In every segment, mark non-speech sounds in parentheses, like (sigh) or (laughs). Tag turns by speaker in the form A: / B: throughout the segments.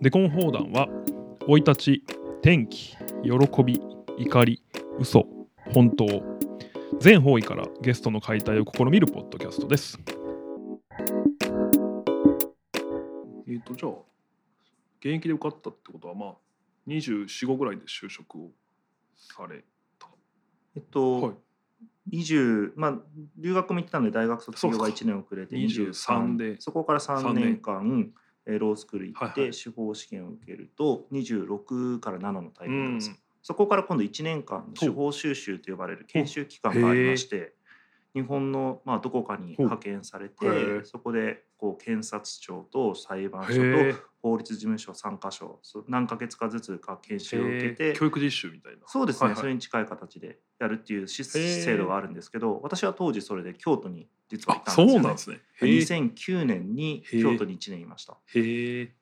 A: デコン砲弾は生い立ち天気喜び怒り嘘本当全方位からゲストの解体を試みるポッドキャストですえっ、とじゃあ現役で受かったってことはまあ245ぐらいで就職をされ
B: えっと、
A: はい
B: 20、まあ、留学も行ってたので、大学卒業が1年遅れて
A: 23で
B: そこから3年間、えーロースクール行っ
A: はいは
B: て、
A: い
B: 司法試験を受けると、26から7のタイミングです。
A: うん
B: そこから今度1年間、司法修習と呼ばれる研修期間がありまして、日本の、まあ、どこかに派遣され
A: ほうへえ
B: て、そこでこう検察庁と裁判所
A: へ
B: と法律事務所3か所、そう何ヶ月かずつか研修を受け
A: え
B: て、
A: 教育実習みたいな
B: そうですね、
A: はいはい
B: それに近い形でやるっていうシス
A: へー
B: 制度があるんですけど私は当時それで京都に実は
A: あ
B: いたん
A: そう
B: ですよ、ね、
A: なんですね
B: 2009年に
A: へー
B: 京都に1年いました
A: へえ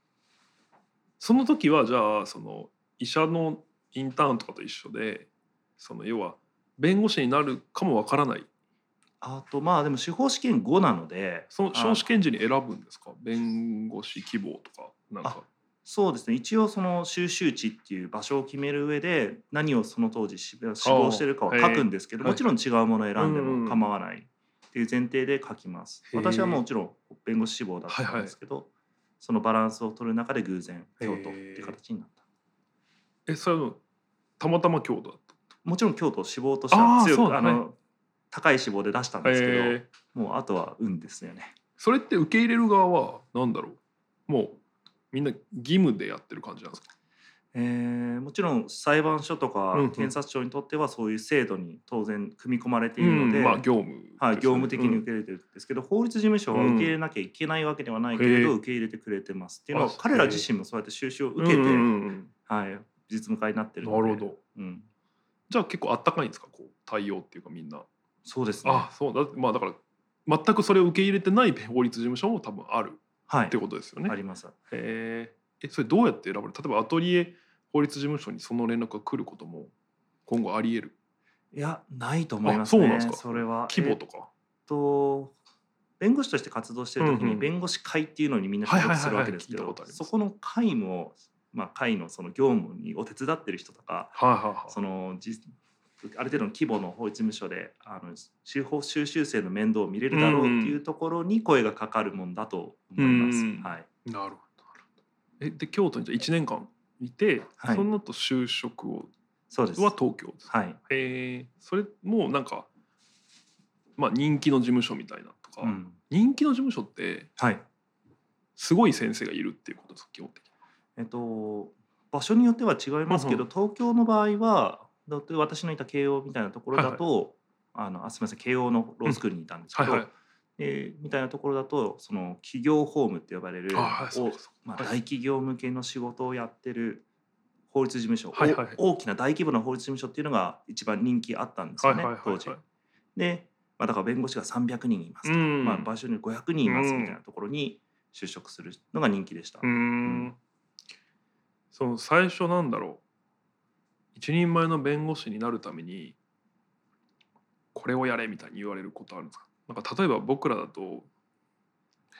A: その時はじゃあその医者のインターンとかと一緒でその要は弁護士になるかもわからない
B: あとまあでも司法試験5なので
A: その
B: あ
A: 司法試験時に選ぶんですか弁護士希望とかなんか
B: そうですね一応その収集地っていう場所を決める上で何をその当時し志望してるかを書くんですけど
A: へー
B: もちろん違うものを選んで
A: うんうん
B: も構わないっていう前提で書きます
A: へー
B: 私はもちろん弁護士志望だったんですけど、そのバランスを取る中で偶然京都っていう形になった
A: えそれはたまたま京都だっ
B: もちろん京都志望として
A: あ
B: は
A: ー
B: 強く
A: そう
B: あ、
A: だね
B: の高い志望で出したん
A: た
B: ですけど、
A: へえ
B: もうあとは運ですよね。
A: それって受け入れる側はなんだろうもうみんな義務でやってる感じなんですか
B: えーもちろん裁判所とか
A: うんうん
B: 検察庁にとってはそういう制度に当然組み込まれているので、
A: うんまあ業務、
B: はい、業務的に受
A: け
B: け入れてるんですけど、法律事務所は
A: うん
B: 受け入れなきゃいけないわけではないけれど、
A: へえ
B: 受け入れてくれてますっていうの
A: あ
B: は彼ら自身もそうやって収集を受けて、
A: うんうんうん
B: はい、実務家になって
A: うん
B: る
A: な
B: ので
A: るほど
B: うん、
A: じゃあ結構あったかいんですかこう対応っていうかみんな
B: そうですね
A: あそうだまあだから全くそれを受け入れてない法律事務所も多分ある
B: はい
A: ってことですよね。
B: あります
A: へーえそれどうやって選ばれる例えばアトリエ法律事務所にその連絡が来ることも今後ありえる
B: いやないと思いま
A: あ
B: す
A: そ
B: ね
A: うなんですか
B: れは
A: 規模とか。
B: えっと弁護士として活動してる時
A: うんう
B: に
A: ん
B: 弁護士会っていうのにみんな
A: は
B: 所
A: いはいはいはい
B: 属するわけですけ
A: 聞いたこ
B: ど
A: とあります
B: そこの会も、まあ、会のその業務にお手伝ってる人とか
A: はいはいはい
B: そのじある程度の規模の法律事務所であの司法修習生の面倒を見れるだろうっていうところに声がかかるもんだと思います。
A: うんうん
B: はい、
A: なるほどなるほど。えで京都にじゃあ1年間いて、
B: はい
A: その後就職を
B: そうです
A: は東京ですか。
B: はい
A: へえそれもなんかまあ人気の事務所みたいなとか、
B: うん
A: 人気の事務所って
B: はい
A: すごい先生がいるっていうことですか基本的に。
B: えっと、場所によっては違いますけど、
A: う
B: 東京の場合はだって私のいた慶応みたいなところだと、あのあすみません慶応のロースクールにいたんですけ
A: はい
B: ど、
A: はい。
B: えーみたいなところだとその企業法務って呼ばれる
A: あはいそう
B: お
A: かそうか
B: まあ、
A: はい
B: 大企業向けの仕事をやってる法律事務所、
A: はいはい
B: お大きな大規模な法律事務所っていうのが一番人気あったんですよね、当時。で、まあ、だから弁護士が300人いますとか、
A: うん
B: まあ、場所に500人います
A: うん
B: みたいなところに就職するのが人気でした。
A: うーんその最初なんだろう一人前の弁護士になるためにこれをやれみたいに言われることあるんですかなんか例えば僕らだと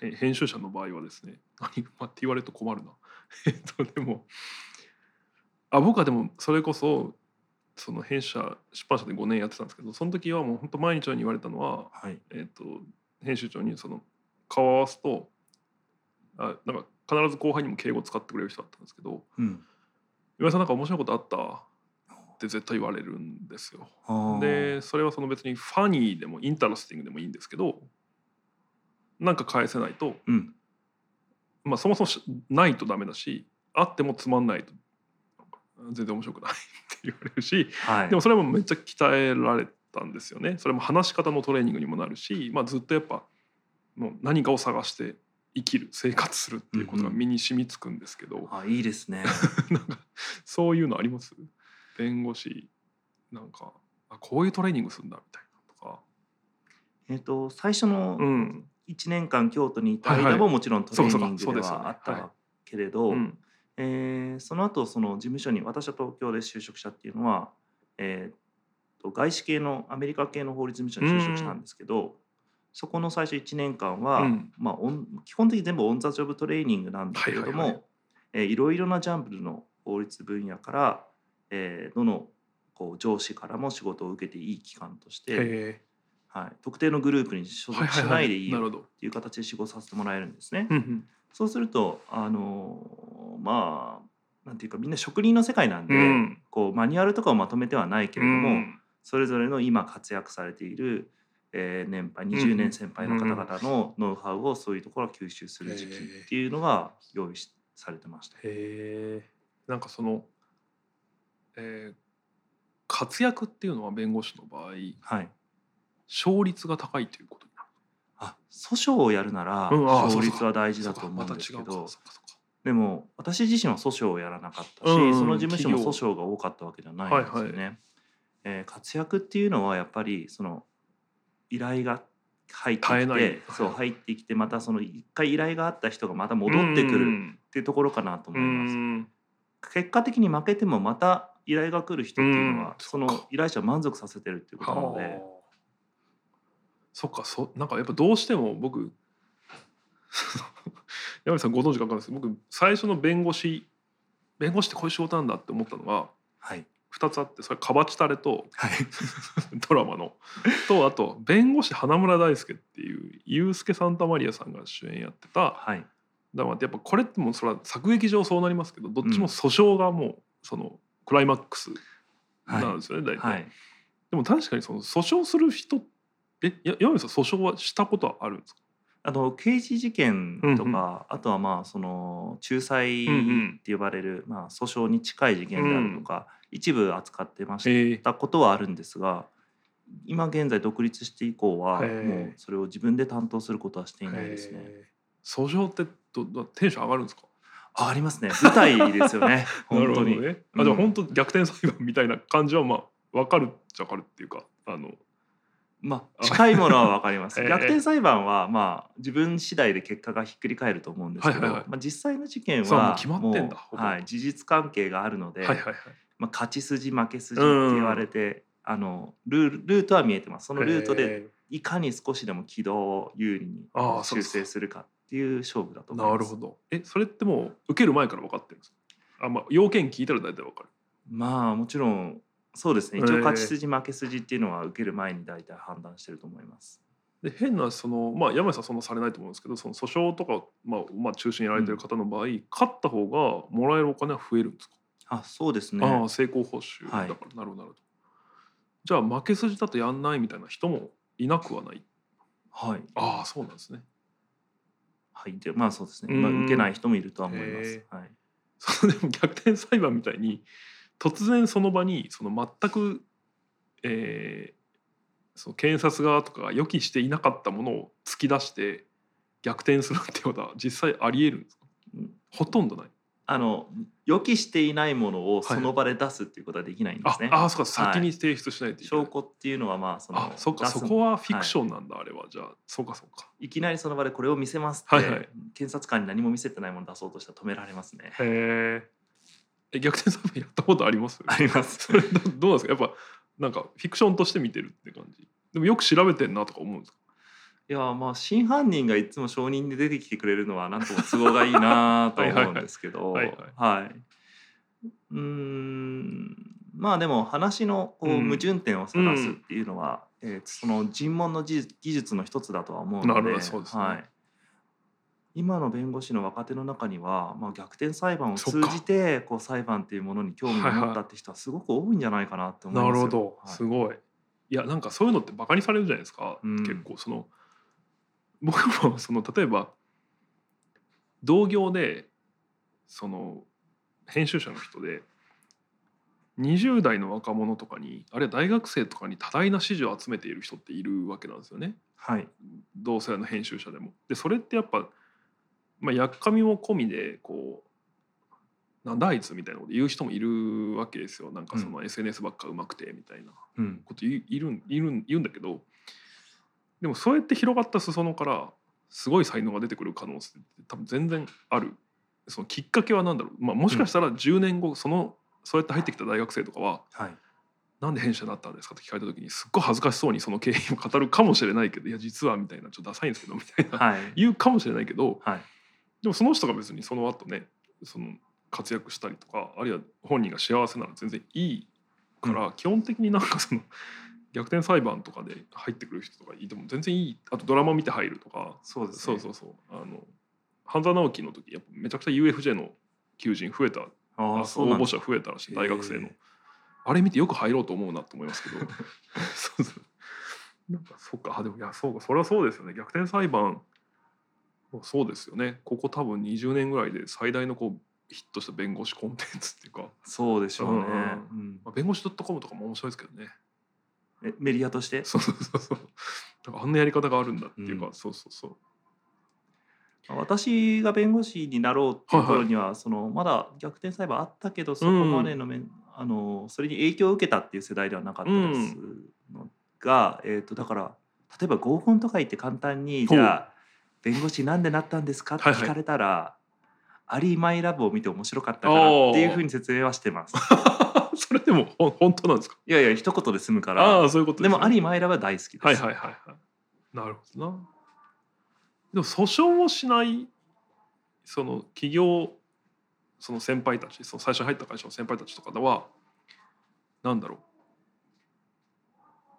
A: へ編集者の場合はですね何まあって言われると困るな。 (laughs) えっとでもあ僕はでもそれこそその編集者出版社で5年やってたんですけどその時はもう本当毎日のように言われたのは
B: はい、
A: えっと編集長にその顔を合わすとあなんか必ず後輩にも敬語を使ってくれる人だったんですけど
B: うん
A: 「岩井さんなんか面白いことあった?」って絶対言われるんですよ。
B: あー
A: でそれはその別にファニーでもインタラスティングでもいいんですけどなんか返せないと、
B: うん、
A: まあ、そもそもしないとダメだしあってもつまんないと全然面白くないって言われるし
B: はい、
A: でもそれもめっちゃ鍛えられたんですよね。それも話し方のトレーニングにもなるし、まあ、ずっとやっぱもう何かを探して生きる生活するっていうことが身に染みつくんですけど、
B: あいいで
A: (laughs)
B: すね。
A: なんかそういうのあります弁護士なんかあこういうトレーニングするんだみたいなとか。
B: えっと最初の
A: うん
B: 1年間京都にいた
A: はいは
B: 間
A: い
B: ももちろんトレーニン
A: そう
B: グ
A: かそうかそう
B: で
A: ですよね
B: はあった
A: はい
B: わけれど、
A: うん
B: えーその後その事務所に私は東京で就職したっていうのは、えー、と外資系のアメリカ系の法律事務所に就職したんですけど、そこの最初1年間は、
A: うん
B: まあ、オン基本的に全部オン・ザ・ジョブトレーニングなんだけれども、
A: はいはいは
B: えーいろいろなジャンルの法律分野から、えーどのこう上司からも仕事を受けていい機関とし
A: へ
B: て、はい、特定のグループに所
A: はい
B: 属し
A: は
B: ない
A: は
B: いで
A: い
B: いい
A: なる
B: よ
A: ほど
B: っていう形で仕事させてもらえるんですね。
A: うんうん
B: そうするとあのーまあなんていうかみんな職人の世界なんで、
A: うん
B: こうマニュアルとかをまとめてはないけ
A: う
B: れども、
A: ん
B: それぞれの今活躍されている、えー年配
A: うんう
B: 20
A: ん
B: 年先輩の方々のノウハウをそういうところから吸収する時期っていうのが用意しされてました。
A: へえんかその、えー活躍っていうのは弁護士の場合
B: はい、
A: 勝率が高いということになる
B: あ訴訟をやるなら
A: うんあー
B: 勝率は大事
A: そ
B: だ
A: う
B: と
A: か
B: 思
A: ま
B: うん
A: た
B: です
A: 違
B: け
A: うか
B: ど
A: そうかそうか
B: でも私自身は訴訟をやらなかったし、
A: うんうん
B: その事務所も訴訟が多かったわけではないんですよね。
A: 企業
B: えー活躍っていうのはやっぱりその依頼が入ってき
A: 絶えない
B: てそう入ってきてまたその一回依頼があった人がまた戻ってくるっていうところかなと思
A: う
B: います。
A: ん
B: 結果的に負けてもまた依頼が来る人っていうのは、
A: うん
B: そ
A: そっ
B: の
A: か
B: 依頼者を満足させてるっていうことなの
A: は
B: で
A: あそっかそなんかやっぱどうしても僕 (laughs) 山口さんご存知か分かんないですけど僕最初の弁護士弁護士ってこういう仕事なんだって思ったのは
B: はい
A: 2つあってそれカバチタレと (laughs)
B: はい
A: ドラマのとあと弁護士花村大輔っていうユースケ・サンタマリアさんが主演やってた
B: はい
A: ドラマってやっぱこれってもうそれは作劇上そうなりますけどどっちも訴訟がもうそのクライマックスな
B: は
A: んですよね、大
B: い
A: 体。
B: はい
A: でも確かにその訴訟する人えや山口さん訴訟はしたことはあるんですか
B: あの刑事事件とか、
A: うんうん
B: あとはまあその仲裁っ
A: うんうん
B: て呼ばれる、まあ、訴訟に近い事件であるとか、一部扱ってまし
A: ええ
B: たことはあるんですが今現在独立して以降は
A: へ
B: も
A: え
B: うそれを自分で担当することはしていないですね。
A: ええ訴訟ってどどテンション上がるんですか
B: あありますね舞台ですよね本当に、
A: (laughs) なるほどね、
B: う
A: あ
B: ん
A: じゃあ本当逆転裁判みたいな感じはまあ分かるっちゃ分かるっていうかあの
B: ま
A: あ
B: あ、近いものは分かります、
A: (laughs) ええ
B: 逆転裁判はまあ自分次第で結果がひっくり返ると思うんですけ
A: は
B: ど、
A: いはいはい
B: まあ、実際の事件
A: そうもう
B: は
A: 決まってんだほぼ
B: はい、事実関係があるので、
A: はいはいはい
B: まあ、勝ち筋負け筋って言われて、あのルールルートは見えてますそのルートで
A: え
B: いかに少しでも軌道を有利に
A: ああそうで
B: 修
A: すか
B: 正するかっていう勝負だ
A: え
B: と思
A: な
B: います。
A: るほどえそれってもう受ける前から分かってるんですかあまあ要件聞いたら大体分かる
B: まあもちろんそうですね一
A: ええ
B: 応勝ち筋負け筋っていうのは受ける前に大体判断してると思います。
A: で変なそのまあ山井さんそんなされないと思うんですけどその訴訟とか、まあ、まあ中心にやられてる方の場合、勝った方がもらえるお金は増えるんですか
B: あそうですね
A: ああ成功報酬だから、
B: はい
A: なるほどなるほどじゃあ負け筋だとやんないみたいな人もいなくはない
B: はい
A: ああそうなんですね (laughs)
B: はい、でまあそうですね、まあ、
A: うん
B: 受けない人もいるとは思います
A: へ。
B: はい、
A: そのでも逆転裁判みたいに突然その場にその全く、えーその検察側とかが予期していなかったものを突き出して逆転するってことは実際ありえるんですか
B: うん
A: ほとんどない
B: あの予期していないものをその場で出すっていうことはできないんで
A: あ
B: すね。
A: あそうか
B: はい
A: 先に提出しないといけない、
B: 証拠っていうのはまあその
A: あそうか
B: 出す
A: そこはフィクションなんだ、あれはじゃあそうかそうか
B: いきなりその場でこれを見せますって、
A: はいはい
B: 検察官に何も見せてないものを出そうとしたら止められます
A: (laughs)
B: ね。
A: へえ逆転裁判やったことあります
B: あります
A: そ。れ (laughs) どどうなんですかやっぱなんかフィクションとして見てるって感じでもよく調べてんなとか思うんですか
B: いやまあ真犯人がいつも証人で出てきてくれるのはなんとも都合がいいなとは思うんですけ
A: は
B: どはいい
A: はい
B: うーんまあでも話のこ
A: う
B: う
A: ん
B: 矛盾点を探すっていうのは、えーその尋問の技技術の一つだとは思うの
A: な
B: で
A: るほどそうですね
B: はい、今の弁護士の若手の中には、まあ、逆転裁判を
A: そっ
B: 通
A: か
B: じてこう裁判っていうものに興味を持ったって人はすごく多いんじゃないかなって思い
A: な
B: ます
A: る
B: よ
A: ほど、
B: はい
A: すごいいやなんかそういうのってバカにされるじゃないですか、
B: うん
A: 結構その僕もその例えば同業でその編集者の人で20代の若者とかにあるいは大学生とかに多大な支持を集めている人っているわけなんですよね
B: はい
A: 同世代の編集者でも。でそれってやっぱ、まあ、やっかみも込みでこうなんだあいつみたいなこと言う人もいるわけですよなんかその SNS ばっかうまくてみたいな。
B: うん
A: こと言ういるんいるん言うんだけどでもそうやって広がった裾野からすごい才能が出てくる可能性って多分全然あるそのきっかけは何だろう、まあ、もしかしたら10年後、そのそうやって入ってきた大学生とかは
B: はい
A: 「なんで編集者になったんですか?」って聞かれた時にすっごい恥ずかしそうにその経緯を語るかもしれないけど「いや実は」みたいな「ちょっとダサいんですけど」みたいな、
B: はい
A: 言うかもしれないけど
B: はい
A: でもその人が別にその後ねその活躍したりとかあるいは本人が幸せなら全然いいから、基本的になんかその逆転裁判とかで入ってくる人とかいても全然いいあとドラマ見て入るとか
B: そうです、ね、
A: そうそうそうあの半沢直樹の時やっぱめちゃくちゃ UFJ の求人増えた
B: あ
A: 応
B: あそうなん
A: 募
B: だ
A: 者増えたらしい大学生の
B: へえ
A: あれ見てよく入ろうと思うなと思いますけど (laughs) そうそうなんかそっかあでもいやそうかそれはそうですよね逆転裁判もそうですよねここ多分20年ぐらいで最大のこうヒットした弁護士コンテンツっていうか、
B: そうでしょうね、
A: うんう
B: うん
A: まあ、弁護士 .com とかも面白いですけどね
B: えメディアとして
A: そうそうそうそうなんかあんなやり方があるんだっていうか、
B: うん
A: そうそうそう (laughs)
B: 私が弁護士になろうっていう
A: はい
B: 頃
A: は
B: には、そのまだ逆転裁判あったけどそこまでの面、あのそれに影響を受けたっていう世代ではなかったですのが、えー、とだから例えば合コンとか行って簡単に
A: ほ
B: じ
A: う
B: ゃあ弁護士なんでなったんですかって
A: はいはい
B: 聞かれたら。アリーマイラブを見て面白かったからっていうふうに説明はして
A: (laughs)
B: ます。
A: それでもほん本当なんですか
B: いやいや一言で済むから。
A: ああーそういうこと
B: でもア
A: ね
B: リーマイラブは大好きです。
A: はいはいはいはい。なるほどな。でも訴訟をしないその企業その先輩たちその最初に入った会社の先輩たちとかではなんだろ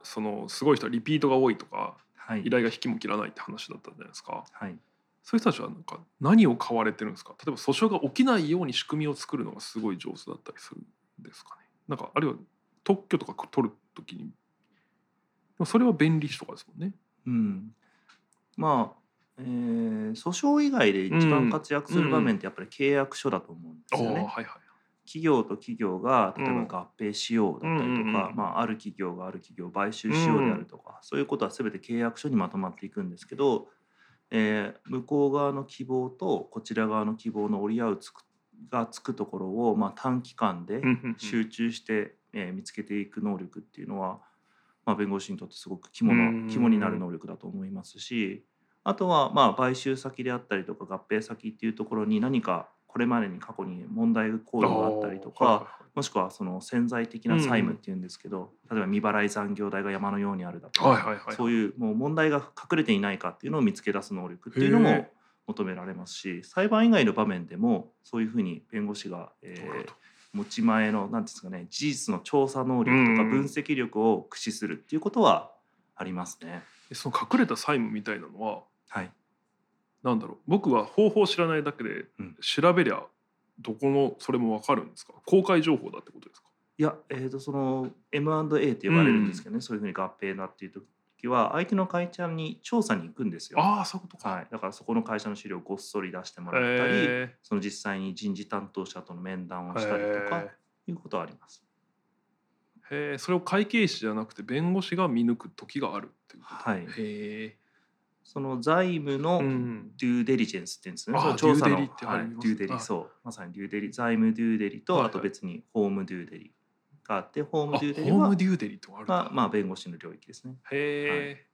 A: うそのすごい人はリピートが多いとか
B: はい
A: 依頼が引きも切らないって話だったじゃないですか
B: はい。
A: そういう人たちはなんか何を買われてるんですか例えば訴訟が起きないように仕組みを作るのがすごい上手だったりするんですかねなんかあるいは特許とか取るときにでもそれは便利士とかですもんね
B: うん、まあ、えー訴訟以外で一番活躍する場面ってやっぱり契約書だと思うんですよ
A: おー
B: ね。
A: はいはい。
B: 企業と企業が例え
A: うん
B: ば合併しようだったりとか、
A: うんうんうん
B: まあ、ある企業がある企業を買収しようであるとか、そういうことは全て契約書にまとまっていくんですけど、えー向こう側の希望とこちら側の希望の折り合うつくがつくところを、まあ、短期間で集中して、えー見つけていく能力っていうのは、まあ、弁護士にとってすごく肝
A: うん
B: の肝になる能力だと思いますしあとはまあ買収先であったりとか合併先っていうところに何かこれまでに過去に問題行動があったりとか、もしくはその潜在的な債務っていうんですけど、例えば未払い残業代が山のようにあるだとか、
A: はいはいはい。
B: そういうもう問題が隠れていないかっていうのを見つけ出す能力っていうの
A: へ
B: も
A: え
B: 求められますし裁判以外の場面でもそういうふうに弁護士が、えー
A: なるほど
B: 持ち前のなんていうんですかね事実の調査能力
A: う
B: と
A: んう
B: か
A: ん
B: 分析力を駆使するっていうことはありますね。
A: えその隠れた債務みたいなのは
B: はい、
A: なんだろう。僕は方法を知らないだけで
B: うん
A: 調べりゃどこのそれもわかるんですか。公開情報だってことですか。
B: いや、えー、とその M&A って呼ばれるんですけどね、そういうふうに合併だっていう時は相手の会社に調査に行くんですよ。
A: ああそういうことか。
B: はい、だからそこの会社の資料をごっそり出してもらったり、
A: え
B: その実際に人事担当者との面談
A: ー
B: をしたりとか
A: へ
B: いうことはあります。
A: えへえそれを会計士じゃなくて弁護士が見抜く時があるっていうこと。
B: はい、
A: へえ。
B: その財務の
A: うん
B: デューデリジェンスって言うんですね。
A: あ
B: その調査の
A: デューデリってあ
B: はい
A: り
B: デ
A: ます
B: ューデ
A: はい
B: リ、そう、まさにデューデリ、財務デューデリ
A: はい
B: と
A: はい
B: あと別にホームデューデリがあって、ホー
A: あ
B: ム
A: ホ
B: デューデリ
A: ー
B: は
A: ムデューデリとあるんだ
B: まあまあ弁護士の領域ですね。
A: へえ。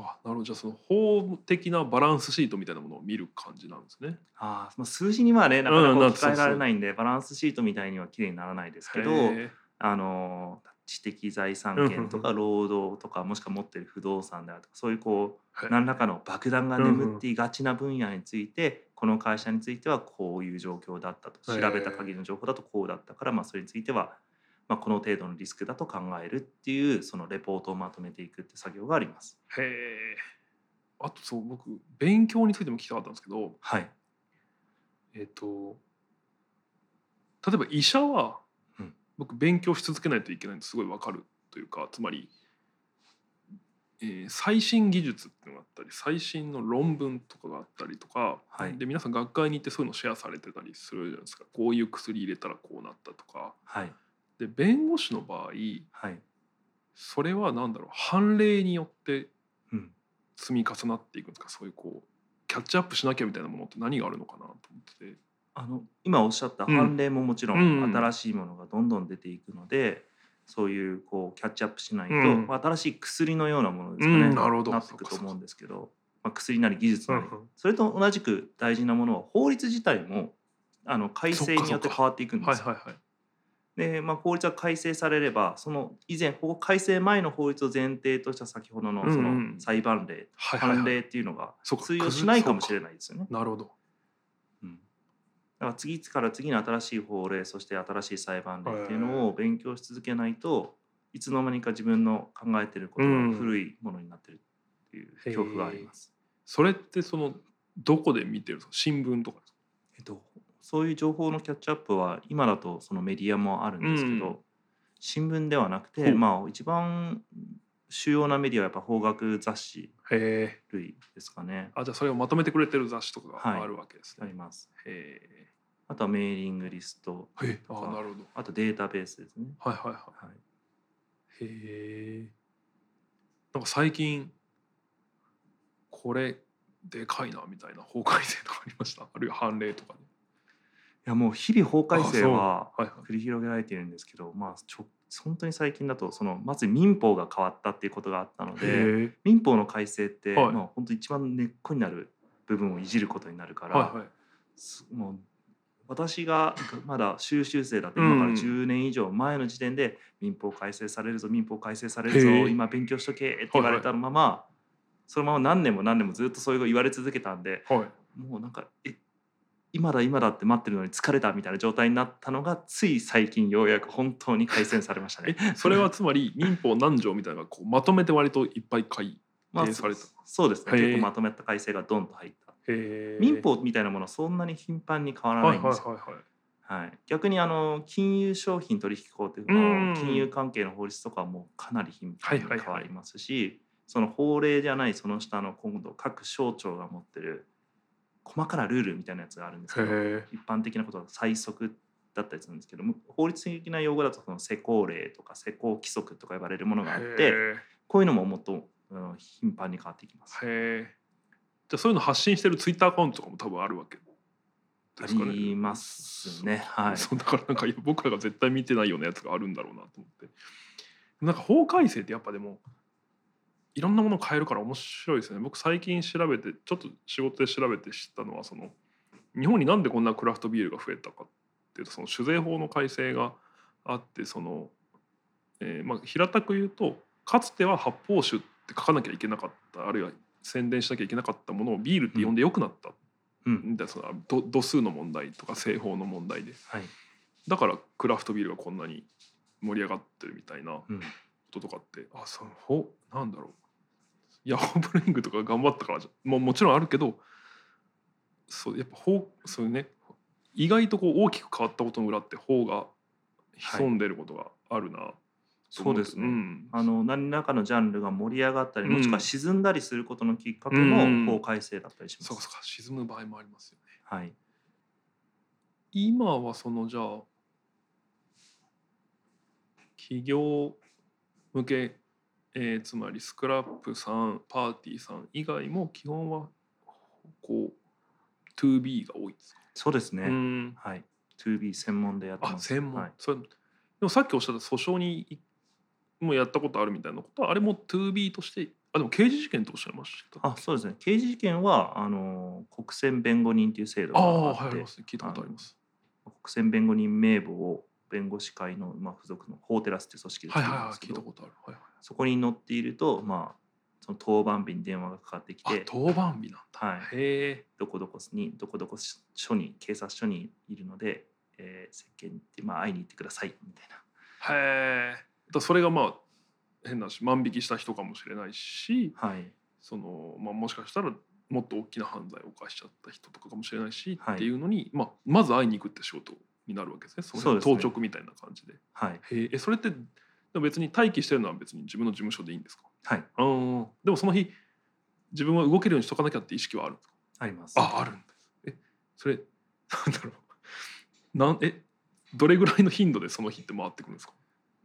A: あなるほどじゃあその法的なバランスシートみたいなものを見る感じなんですね。
B: ああ、まあ数字にはねなかな
A: うん
B: か
A: なん
B: 置き換えら
A: そうそ
B: れ
A: う
B: ないんで、バランスシートみたいには綺麗にならないですけど、
A: へえ
B: あの知的財産権とか労働とかもしくは持ってる不動産であるとかそういうこ
A: はいう
B: 何らかの爆弾が眠っていがちな分野についてこの会社についてはこういう状況だったと
A: へえ
B: 調べた限りの情報だとこうだったからまあそれについてはまあこの程度のリスクだと考えるっていうそのレポートをまとめていくって作業があります。
A: へえ。あとそう僕勉強についても聞きたかったんですけど、
B: はい、
A: えっ、と例えば医者は、
B: うん
A: 僕勉強し続けないといけないのすごいわかるというかつまり、えー最新技術っていうのがあったり最新の論文とかがあったりとか、
B: はい
A: で皆さん学会に行ってそういうのシェアされてたりするじゃないですかこういう薬入れたらこうなったとか。
B: はい、
A: で弁護士の場合
B: はい、
A: それは何だろう判例によって
B: うん
A: 積み重なっていくんですかそういうこうキャッチアップしなきゃみたいなものって何があるのかなと思ってて。
B: あの今おっしゃった
A: うん
B: 判例ももちろ
A: うんうん
B: ん新しいものがどんどん出ていくので、そういうこうキャッチアップしないと、
A: うん
B: まあ新しい薬のようなものですかね、
A: うんなるほど
B: なってい
A: そう
B: くと
A: かそうか
B: 思うんですけど、まあ、薬なり技術なり、
A: うんうん
B: それと同じく大事なものは法律自体もあの改正によって変わっていくんですよ
A: はいはいはい。
B: で、まあ、法律が改正されればその以前法改正前の法律を前提とした先ほどのそ
A: うんうん
B: の裁判例、
A: はいはいはい
B: 判例っていうのが
A: そうか
B: 通用しないかもし
A: ない。
B: れないですよね。
A: なるほど。
B: うんだから次から次の新しい法令そして新しい裁判例っていうのを勉強し続けないといつの間にか自分の考えてること
A: うん
B: が古いものになってるっていう恐怖があります。
A: それってそのどこで見てるんですか新聞とかですか
B: えっと、そういう情報のキャッチアップは今だとそのメディアもあるんですけど、
A: うん
B: 新聞ではなく
A: ほ
B: て、
A: う
B: まあ、一番主要なメディアはやっぱ法学雑誌
A: へえ
B: 類ですかね。
A: あじゃあそれをまとめてくれてる雑誌とか
B: はい
A: があるわけです
B: あ
A: ね、
B: ります。
A: へえ
B: あとはメーリングリスト
A: へえあ
B: とか
A: ーなるほど
B: あとデータベースですね。
A: はいはいは
B: はい、
A: いへえなんか最近これでかいなみたいな法改正とかありましたあるいは判例とかで
B: いやもう日々法改
A: あ
B: 正は
A: そうはいはい
B: 繰り広げられているんですけど、まあ、ちょ本当に最近だとそのまず民法が変わったっていうことがあったので
A: へ
B: 民法の改正って、
A: はい
B: まあ、本当一番根っこになる部分をいじることになるか
A: え
B: ら、
A: はいはい
B: すもう私がまだ修習生だった今から
A: うん
B: 10年以上前の時点で民法改正されるぞ民法改正されるぞ
A: へえ
B: 今勉強しとけって言われたまま、そのまま何年も何年もずっとそういうこと言われ続けたんで
A: はい
B: もうなんかえ今だ今だって待ってるのに疲れたみたいな状態になったのがつい最近ようやく本当に改正されましたね。
A: えそれはつまり民法何条みたいなのがこうまとめて割といっぱい書い
B: まあ、
A: 提出された
B: そそうですね
A: へえ
B: 結構まとめた改正がドンと入った
A: へえ
B: 民法みたいなものはそんなに頻繁に変わら
A: は
B: ないいんで
A: はい
B: すよ。
A: はいはい
B: はい、逆にあの金融商品取引法っていうか
A: うん
B: 金融関係の法律とかもかなり頻繁に
A: はいはいはい
B: 変わりますし、その法令じゃないその下の今度各省庁が持ってる細かなルールみたいなやつがあるんですけど
A: へ
B: 一般的なことは最速だったりするんですけども法律的な用語だとその施行令とか施行規則とか呼ばれるものがあっ
A: え
B: てこういうのももっとあの頻繁に変わってきます。
A: へえじゃあそういうの発信してるツイッターアカウントとかも多分あるわけ
B: あ
A: ですかね
B: りますね。はい、
A: そうだからなんかいや僕らが絶対見てないようなやつがあるんだろうなと思ってなんか法改正ってやっぱでもいろんなものを変えるから面白いですね僕最近調べてちょっと仕事で調べて知ったのはその日本になんでこんなクラフトビールが増えたかっていうとその酒税法の改正があってその、えーまあ、平たく言うとかつては発泡酒って書かなきゃいけなかったあるいは宣伝しなきゃいけなかったものをビールって呼んでよくなった
B: うん
A: みたいなそのど度数の問題とか製法の問題で
B: はい
A: だからクラフトビールがこんなに盛り上がってるみたいなこ
B: うん
A: ととかってあそのほなんだろうヤホーブリングとか頑張ったからじゃもうもちろんあるけどそうやっぱ法そういうね意外とこう大きく変わったことの裏って法が潜んでることがあるな、と
B: そ
A: 思
B: う
A: って
B: ですね、
A: ん
B: あの何らかのジャンルが盛り上がったり、
A: うん
B: もしくは沈んだりすることのきっかけ
A: うん
B: も法改正だったりします。
A: そうかそうか沈む場合もありますよね。
B: はい、
A: 今はそのじゃあ企業向け、えーつまりスクラップさんパーティーさん以外も基本はこう 2B が多いですか、
B: そうですね。
A: うん
B: はい、2B 専門でやって
A: あ
B: ます。
A: 専門、
B: はい、
A: それでもさっきおっしゃった訴訟にいもやったことあるみたいなことはあれも 2B としてあでも刑事事件とおっしゃいました
B: あ、そうですね。刑事事件はあの国選弁護人という制度が
A: あ
B: あ
A: あ
B: って、
A: はいありますね聞いたことあります
B: 国選弁護人名簿を弁護士会のまあ付属の法テラスという組織で
A: はい
B: 作
A: はい
B: るん
A: はい
B: ですけ
A: 聞い
B: ど、
A: たことある、はいは
B: そこに載っていると、まあその当番日に電話がかかってき
A: い、あ
B: て、
A: 当番日なん
B: はい
A: だ、へえ
B: どこどこにどこどこ署に警察署にいるので、えー、接見に行って、まあ、会いに行ってくださいみたいな
A: へえ。だからそれがまあ変なし万引きした人かもしれないし、
B: はい
A: そのまあもしかしたらもっと大きな犯罪を犯しちゃった人とかかもしれないし、
B: はい
A: っていうのにまあまず会いに行くって仕事になるわけですね。そ
B: そう
A: れ
B: ですね
A: 当直みたいな感じで。
B: はい
A: へええ。それってでも別に待機してるのは別に自分の事務所でいいんですか。
B: はい
A: うん。でもその日自分は動けるようにしとかなきゃって意識はあるんですか。
B: あります
A: ああるんです。えそれなんだろう。なんえどれぐらいの頻度でその日って回ってくるんですか。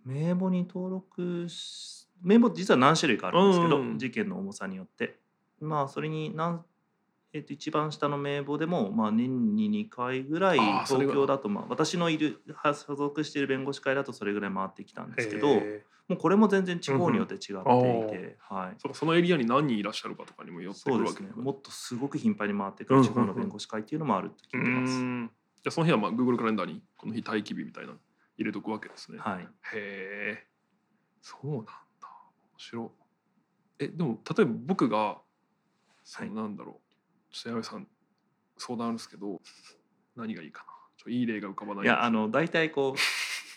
B: 名簿に登録し名簿って実は何種類かあるんですけど、
A: うん
B: 事件の重さによってまあそれになん、えっと一番下の名簿でも、まあ、年に2回ぐらい
A: あーそれぐ
B: 東
A: らい
B: 京だと、まあ、私のいるは所属している弁護士会だとそれぐらい回ってきたんですけど、
A: へえ
B: もうこれも全然地方によって違っていて、
A: うんうん
B: はい、
A: そうかそのエリアに何人いらっしゃるかとかにもよってく
B: そう
A: る
B: で
A: わ
B: す
A: け
B: ね
A: だ。
B: もっとすごく頻繁に回ってくる地方の弁護士会っていうのもあると聞
A: う
B: いてます。
A: んじゃあその日はまあ Google カレンダーにこの日待機日みたいなの入れとくわけですね。
B: はい。
A: へえそうなんだ面白い。えでも例えば僕がその
B: はい
A: なんだろう、ちょっと矢部さん相談あるんですけど何がいいかなちょいい例が浮かばない
B: いやあの大体こう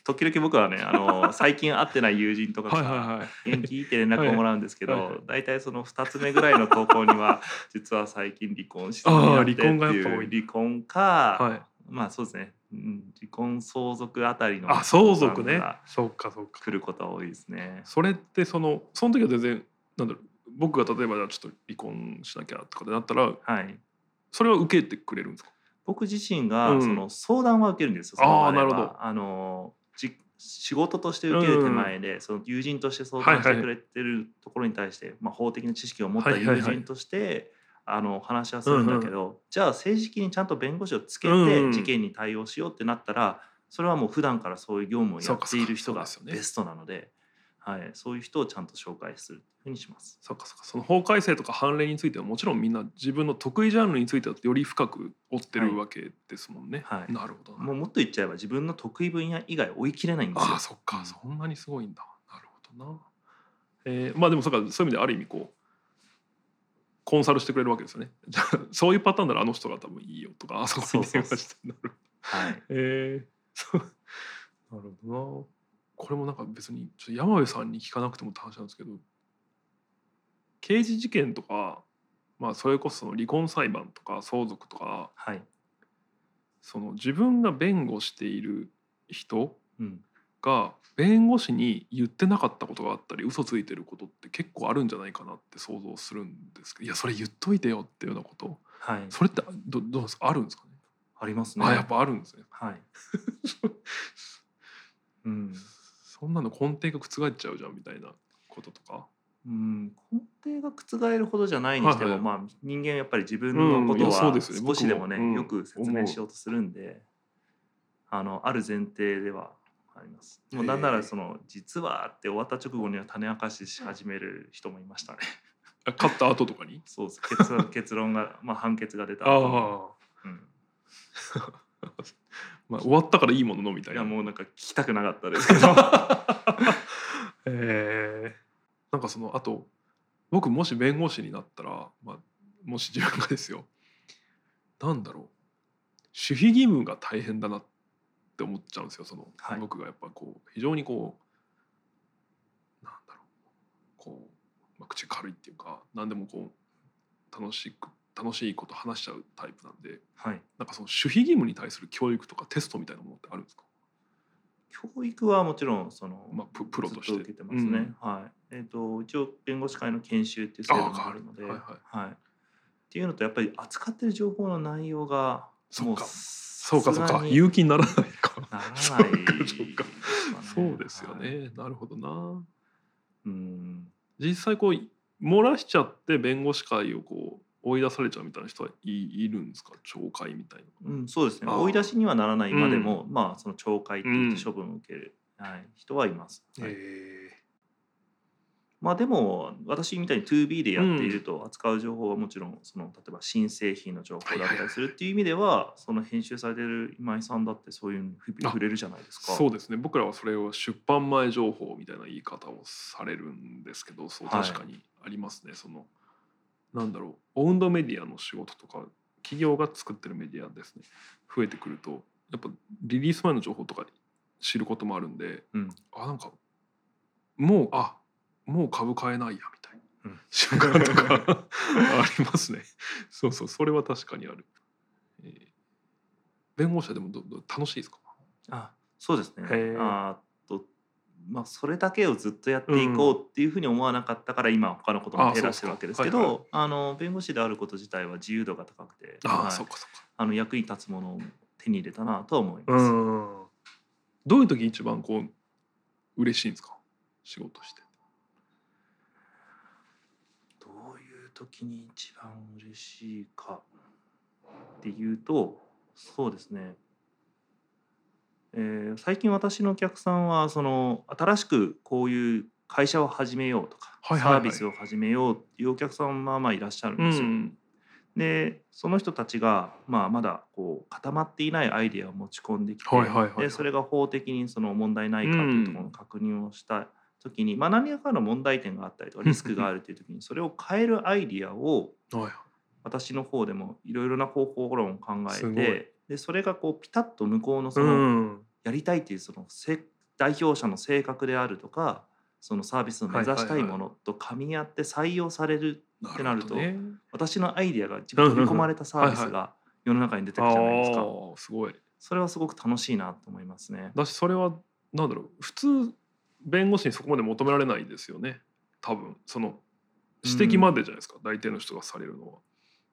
B: 時々僕はねあ
A: (laughs)
B: の最近会ってない友人とかか
A: はい
B: ら
A: はいはい
B: 元気って連絡をもらうんですけど、
A: はいはい
B: 大体その2つ目ぐらいの投稿には (laughs) 実は最近離婚して
A: ああ
B: ってって
A: 離
B: いう
A: 婚がやっぱ多い
B: 離婚か、
A: はい、
B: まあそうですね、うん、離婚相続あたりの
A: あ相続
B: 相談
A: ね
B: が
A: そうかそうか
B: 来ることは多いですね。
A: それってそのその時は全然なんだろう僕が例えばじゃあちょっと離婚しなきゃとかでなったら
B: はい、
A: それは受けてくれるんですか
B: 僕自身が、
A: うん
B: その相談は受けるんですよ。
A: ああ
B: その場合は
A: なるほど
B: あのじ仕事として受ける手前で、その友人として相談し
A: はいは
B: て
A: い
B: くれてるところに対して、まあ、法的な知識を持った
A: はいはいは
B: 友
A: い
B: 人として、あの話はするんだけど、じゃあ正式にちゃんと弁護士をつけ
A: うんう
B: て
A: ん
B: 事件に対応しようってなったら、それはもう普段からそういう業務をやっている人
A: そう
B: が
A: かそうかそうですよね
B: ベストなので、はい、そういう人をちゃんと紹介するっていうふうにします。
A: そうかそうかその法改正とか判例についてはもちろんみんな自分の得意ジャンルについてはより深く追って
B: はい
A: るわけですもんね、
B: はい
A: なるほどな
B: もうもっと言っちゃえば自分の得意分野以外追い切れないんですよ
A: ああ。そっか、そんなにすごいんだなるほどな、えーまあでもそうかそういう意味である意味こうコンサルしてくれるわけですよね (laughs) じゃあそういうパターンならあの人が多分いいよとかあそこに電話してなる
B: はい
A: えーそうなるほどなこれもなんか別にちょっと山部さんに聞かなくてもって話なんですけど刑事事件とか、まあ、それこそその離婚裁判とか相続とか
B: はい
A: その自分が弁護している人
B: うん
A: が弁護士に言ってなかったことがあったり嘘ついてることって結構あるんじゃないかなって想像するんですけどいやそれ言っといてよっていうようなこと
B: はい、
A: それってどどうですあるんですかね
B: ありますね。
A: あやっぱあるんですね
B: はい。 (laughs) うん、
A: そんなの根底が覆っちゃうじゃんみたいなこととか
B: うん、根底が覆るほどじゃないにしても、
A: はいはい
B: まあ人間やっぱり自分のこ
A: うんいや
B: と
A: そう
B: は
A: ですよね
B: 少しでもね、
A: 僕もうん
B: よく説明しようとするんで、あのある前提ではあります。もうなんな
A: へ
B: ら
A: え
B: その実はって終わった直後には種明かしし始める人もいましたね。 (laughs)
A: あ勝った後とかに
B: そうです。結論結論がまあ判決が出た
A: ああ
B: 後に。うん
A: まあ終わったからいいもののみたい
B: い
A: な
B: やもうなんか聞きたくなかったです
A: (laughs)
B: けど。
A: えーなんかそのあと僕もし弁護士になったら、まあ、もし自分がですよなんだろう守秘義務が大変だなって思っちゃうんですよその、
B: はい
A: 僕がやっぱこう非常にこうなんだろうこう、まあ、口軽いっていうか何でもこう楽しく楽しいこと話しちゃうタイプなんで
B: はい。
A: なんかその守秘義務に対する教育とかテストみたいなものってあるんですか、
B: 教育はもちろんその、
A: まあ、ププロとして。
B: ずっ受けてます
A: う
B: ね
A: ん。
B: はい。えっ、と一応弁護士会の研修っていう制度
A: あ
B: が
A: ー
B: あるので、
A: はいはい
B: っていうのとやっぱり扱ってる情報の内容が
A: そっかそ
B: そ
A: うかそうか
B: な
A: 有機にならないか。
B: らない
A: (laughs) そうかそうか
B: かね
A: そうですよね、
B: はい
A: なるほどな
B: うん。
A: 実際こう漏らしちゃって弁護士会をこう追い出されちゃうみたいな人はいいるんですか懲戒みたい
B: うん、そうですね。
A: あー
B: 追い出しにはならないまでも、まあその懲戒って言って処分を受ける、はい人はいます。
A: な、
B: はい
A: え
B: まあでも私みたいに 2B でやっていると扱う情報はもちろんその例えば新製品の情報だ
A: はいは
B: っ
A: い
B: た
A: は
B: り
A: い
B: するっていう意味ではその編集されてる今井さんだってそういうのにふ
A: あ
B: 触れるじゃないですか。
A: そうですね僕らはそれを出版前情報みたいな言い方をされるんですけどそう
B: はい
A: 確かにありますね、そのなんだろうオウンドメディアの仕事とか企業が作ってるメディアですね増えてくるとやっぱリリース前の情報とか知ることもあるんで
B: うん
A: あなんかもうあもう株買えないやみたいな、
B: うん
A: 瞬間とか (laughs) ありますねそうそうそれは確かにある、えー弁護士はでもどど楽しいですか
B: あそうですね
A: へー
B: あーっとまあそれだけをずっとやっていこうっていうふうに思わなかったから今他のことも手出してるわけですけ
A: あそうそう
B: どあの弁護士であること自体は自由度が高くて
A: あ、
B: はい
A: そうかそうか
B: あの役に立つものを手に入れたなとは思います。
A: うんどういう時一番こう嬉しいんですか仕事して
B: どういう時に一番嬉しいかっていうとそうですね、えー最近私のお客さんはその新しくこういう会社を始めようとか、
A: はいはいはい
B: サービスを始めようっていうお客さんまあまあいらっしゃるんですよ。でその人たちが、まあ、まだこう固まっていないアイデアを持ち込んできて、
A: はいはいはいはい
B: でそれが法的にその問題ないかというところの確認をした時に、まあ、何らかの問題点があったりとかリスクがあるという時にそれを変えるアイデアを
A: はいはい
B: 私の方でもいろいろな方法論を考
A: す
B: え
A: ごい
B: てでそれがこうピタッと向こうのそうの、
A: ん
B: やりたいっていうそのせ代表者の性格であるとかそのサービスを目指したいものと噛み合って採用される、ってなると
A: ほどね
B: 私のアイデアが自分に組み込まれたサービスが世の中に出てく
A: あ
B: るじゃないですか、
A: ーすごい
B: それはすごく楽しいなと思いますね。
A: だしそれはなんだろう普通弁護士にそこまで求められないですよね多分その指摘までじゃないですか、大抵の人がされるのは。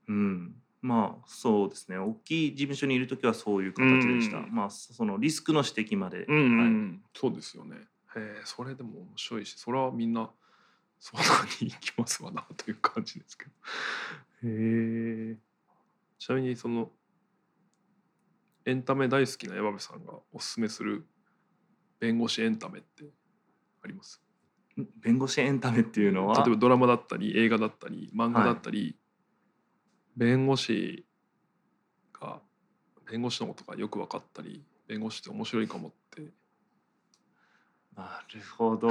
B: うんまあそうですね大きい事務所にいる時はそういう形でし
A: う
B: た、
A: ん
B: まあそそのリスクの指摘まで、
A: うんうんう
B: はい
A: んそうですよね。へえそれでも面白いしそれはみんな相談に行きますわなという感じですけど。へえちなみにそのエンタメ大好きな山部さんがおすすめする弁護士エンタメってあります
B: 弁護士エンタメっていうのは
A: 例えばドラマだったり映画だったり漫画だったり、弁護士が弁護士のことがよく分かったり弁護士って面白いかもって
B: なるほ
A: (laughs)
B: ど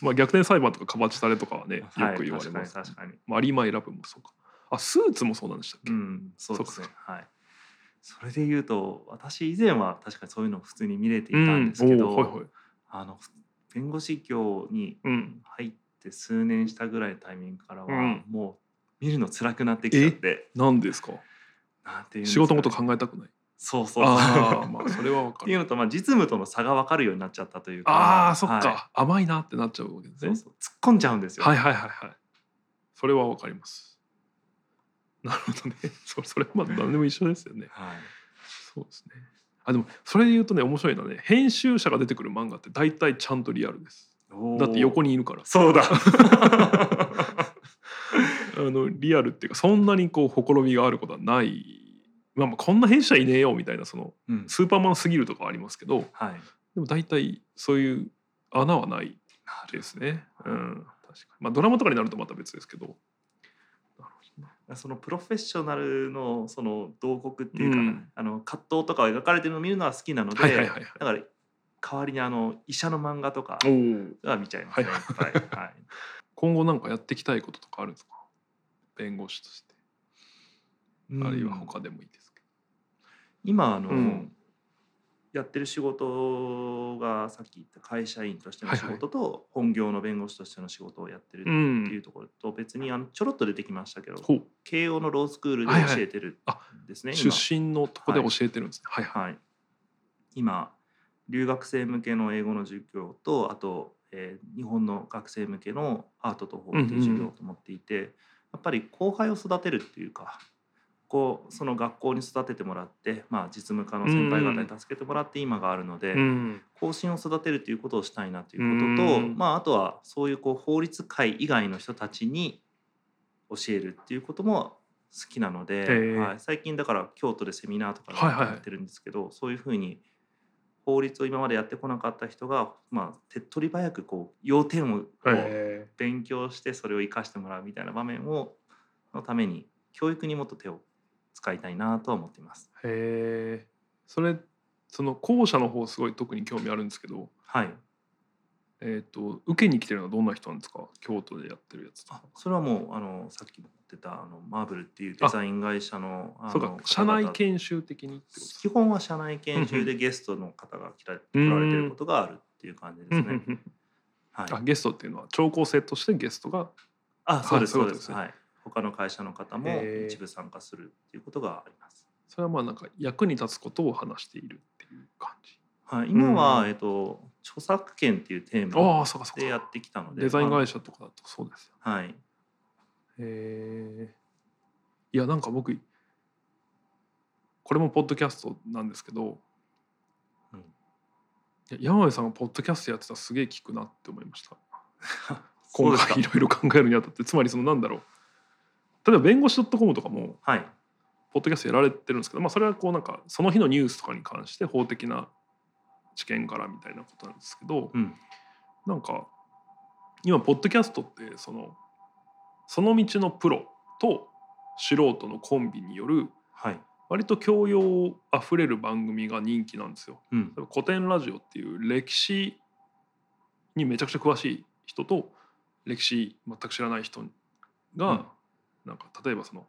A: まあ、逆転裁判とかかばちされとかはねよ
B: はい
A: く言われます、
B: 確かに確かに
A: まあ、有馬イラブもそうかあスーツもそうなんでしたっけ、
B: うん、そうですね
A: そ。
B: はい。それで言うと、私以前は確かにそういうのを普通に見れていた
A: うん
B: ですけど、
A: おーはいはい
B: あの弁護士業に
A: うん
B: 入って数年したぐらいのタイミングからは、
A: うん
B: もう見るの辛くなってきちゃって、
A: 何ですか
B: なんていうんです
A: 仕
B: かね
A: 事のこと考えたくない
B: そうそう
A: ああ
B: そう。
A: まあそれは分
B: っ
A: か
B: ていう
A: る
B: のと、まあ実務との差が分かるようになっちゃったというか、
A: ああそっか、
B: は
A: 甘いなってなっちゃうわけで
B: い
A: す
B: そ
A: ね
B: うそう突っ込んじゃうんですよ。
A: はいはいはいはいそれは分かりますなるほどね (laughs) そそれはまあ何でも一緒ですよね
B: はい
A: そうですねあでもそれで言うとね面白いのはね編集者が出てくる漫画って大体ちゃんとリアルです
B: おー
A: だって横にいるから
B: そう
A: (laughs)
B: だ。 (laughs)
A: あのリアルっていうかそんなにこうほころびがあることはない、まあ、まあこんな編集者いねえよみたいなその
B: うん、
A: スーパーマンすぎるとかはありますけど
B: はい。
A: でも大体そういう穴はないですね。うん、確かにまあドラマとかになるとまた別ですけど。
B: そのプロフェッショナルのその慟哭っていうか、
A: うん
B: あの葛藤とかを描かれてるのを見るのは好きなので、
A: はいはいはいはい。
B: だから代わりにあの医者の漫画とか
A: おー
B: は見ちゃいますね、
A: はい
B: いっぱいはい
A: 今後なんかやっていきたいこととかあるんですか弁護士として
B: うん
A: あるいは他でもいいですけ
B: 今あの、
A: うん
B: やってる仕事がさっき言った会社員としての仕事と、本業の弁護士としての仕事をやってる
A: ど。
B: っ
A: ん
B: ていうところと、別にあのちょろっと出てきましたけど
A: ほう
B: 慶応のロースクールで
A: はいはい
B: 教えてる
A: あ
B: んですね、
A: 出
B: 今
A: 身のとこで教えてるんですね。はいはい。
B: はい、今留学生向けの英語の授業とあと、えー日本の学生向けのアートと法っていう授業と思っていて、やっぱり後輩を育てるっていうかこうその学校に育ててもらって、まあ、実務家の先輩方に助けてもらって今があるので、
A: ん。
B: 後進を育てるということをしたいなということと、
A: うん
B: まあ、あとはそういうこう法律界以外の人たちに教えるっていうことも好きなので、
A: へえ
B: はい、最近だから京都でセミナーとか
A: はいはい
B: やってるんですけど、そういうふうに法律を今までやってこなかった人が、まあ、手っ取り早くこう要点をこう
A: へ
B: 勉強してそれを生かしてもらうみたいな場面をのために教育にもっと手を使いたいなとは思っています。
A: え。へえ。それその後者の方すごい特に興味あるんですけど。
B: はい
A: えっ、と受けに来てるのはどんな人なんですか京都でやってるやつと
B: あそれはもうあのさっき言ってたあのマーブルっていうデザイン会社のあの
A: そうか
B: 方々
A: 社内研修的にってことですか
B: 基本は社内研修
A: う
B: でゲストの方が来ら来
A: うん
B: られてることがあるっていう感じですね。
A: うんうんうん
B: は
A: あ
B: い、
A: ゲストっていうのは聴講生としてゲストが
B: あそうです
A: あそ
B: そう
A: いうこと
B: うで
A: です
B: す
A: ね
B: はい他の会社の方も
A: へー
B: 一部参加するっていうことがあります。
A: それはまあなんか役に立つことを話しているっていう感じ
B: はい、今は、
A: うん
B: えっと著作権っていうテーマ
A: ああそうかそう
B: でや
A: か
B: ってきたので
A: デザイン
B: あの
A: 会社とかだとそうですよ
B: はい
A: へえいやなんか僕これもポッドキャストなんですけど、
B: うん
A: いや山上さんがポッドキャストやってたらすげえ聞くなって思いました
B: そう
A: 今
B: ですか
A: 回いろいろ考えるにあたってつまりそのなんだろう例えば弁護士 .com とかも
B: はい
A: ポッドキャストやられてるんですけど、まあ、それはこうなんかその日のニュースとかに関して法的な知見からみたいなことなんですけど
B: うん
A: なんか今ポッドキャストってそのその道のプロと素人のコンビによる
B: はい
A: 割と教養あふれる番組が人気なんですよ。
B: うん
A: 例えば古典ラジオっていう歴史にめちゃくちゃ詳しい人と歴史全く知らない人が、
B: うん
A: なんか例えばその、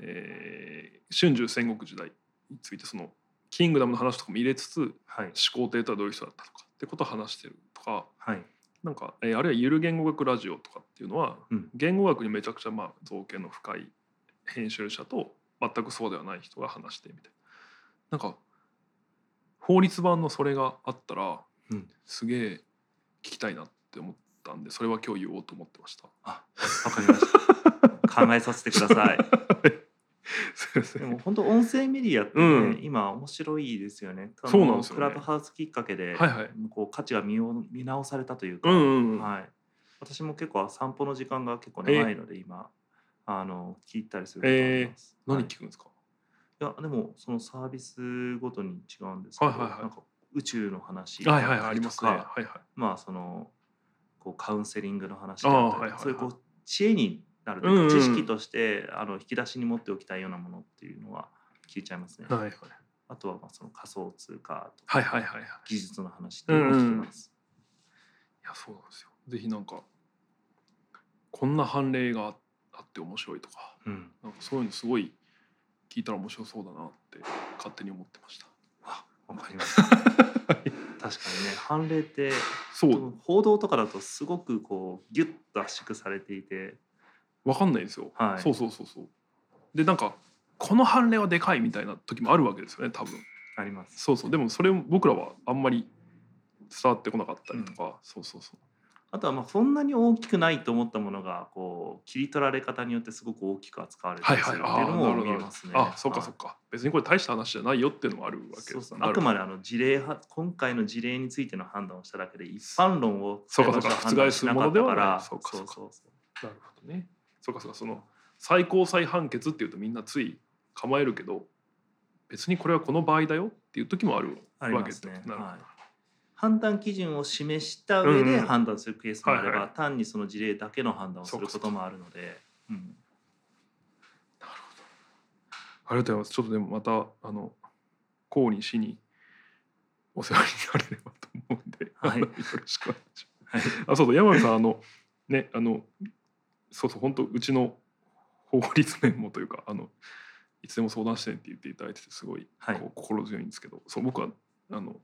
A: えー春秋戦国時代についてそのキングダムの話とかも入れつつ
B: はい
A: 始皇帝とはどういう人だったとかってことを話してるとか
B: はい
A: なんか、えーあるいはゆる言語学ラジオとかっていうのは、
B: うん
A: 言語学にめちゃくちゃまあ造形の深い編集者と全くそうではない人が話してみたいななんか法律版のそれがあったら、
B: うん
A: すげえ聞きたいなって思ったんでそれは今日言おうと思ってました。
B: わかりました
A: (laughs)
B: 考えさせてください
A: すいませ
B: で
A: ん
B: も本当音声メディアって、ね
A: うん
B: 今面白いですよね。
A: そうなんですよね
B: クラブハウスきっかけで、
A: はいはい
B: こう価値が見よう見直されたというか、
A: うんうんうん
B: はい。私も結構散歩の時間が結構
A: ええ
B: 長いので今、あの聞いたりすることがあります。
A: 何
B: はい
A: 聞くんですか、
B: いやでもそのサービスごとに違うんですけど、
A: はいはいはい
B: なんか宇宙の話
A: はいはいはいありますね。
B: と
A: はい
B: か
A: はい。
B: まあそのこうカウンセリングの話
A: あ
B: だ
A: ー
B: っ
A: は
B: たり、
A: いはいはい
B: そういうこう知恵になると
A: うんう
B: い
A: ん
B: うか知識としてあの引き出しに持っておきたいようなものっていうのは聞いちゃいますね。
A: はいはい
B: あとはまあその仮想通貨とか
A: はいはいはい。い
B: 技術の話っていうのを聞きます。
A: やそうなんですよ。ぜひなんかこんな判例があって面白いとか
B: うん
A: なんかそういうのすごい聞いたら面白そうだなって勝手に思ってました。
B: わかりました。確かにね判例って
A: そう
B: 報道とかだとすごくこうギュッと圧縮されていて、
A: わかんないんですよ。
B: はい
A: そうそうそうそう。でなんかこの判例はでかいみたいな時もあるわけですよね多分。
B: あります。
A: そうそうでもそれも僕らはあんまり伝わってこなかったりとか、そうそうそう。
B: あとはまあそんなに大きくないと思ったものがこう切り取られ方によってすごく大きく扱われた
A: はい
B: りす
A: は
B: る
A: い
B: って
A: あ
B: いう
A: あ
B: の
A: なる
B: も
A: ほ
B: 見え
A: ど
B: ますね。
A: あそうかそう
B: か。
A: か別にこれ大した話じゃないよっていうのもあるわけです
B: そうそう
A: な
B: あ
A: る
B: く
A: ほど
B: まであの事例は今回の事例についての判断をしただけで一般論を
A: そうかそうか
B: 判断しなかった
A: 覆すもの
B: から
A: ではないそうかそうか
B: そうそうそう
A: なるほどね。そうかそうかその最高裁判決っていうとみんなつい構えるけど別にこれはこの場合だよっていう時もある
B: あり
A: わ
B: ま
A: けですす
B: ね
A: ね。。なるほど
B: はい判断基準を示した上
A: うんう
B: で
A: ん
B: 判断するケースもあれば、
A: はいはい
B: 単にその事例だけの判断をす
A: そう
B: る
A: かそうか
B: こともあるので、うん、
A: ありがとうございます。ちょっとでもまたあの公に死にお世話になれればと思うんで、
B: はい
A: あの (laughs) よろしくお願いし
B: はい
A: ます。あそうそう山口さんあのねあのそうそう本当うちの法律面もというかあのいつでも相談してねって言っていただいててすごい
B: はい
A: こう心強いんですけど、そう僕はあの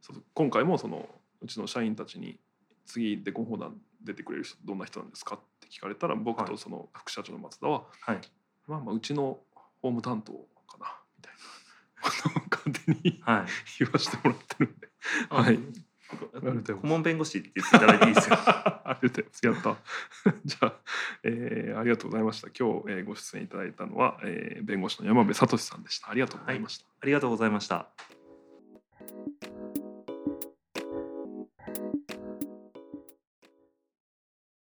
A: そうそう今回もそのうちの社員たちに次でコンフォーダン出てくれる人どんな人なんですかって聞かれたら僕
B: は
A: と
B: い
A: その副社長の松田は、
B: はい
A: まあまあうちのホーム担当かなみたいな (laughs) 勝手に
B: はい
A: 言わせてもらってるんで
B: あ
A: はいが
B: こ
A: とうございます
B: 顧問弁護士って言っていただいていい (laughs) ですよ
A: (laughs) ありがとうございますやった (laughs) じゃあ、えーありがとうございました今日、えーご出演いただいたのは、えー弁護士の山部聡さんでしたありがとうございました、
B: ありがとうございました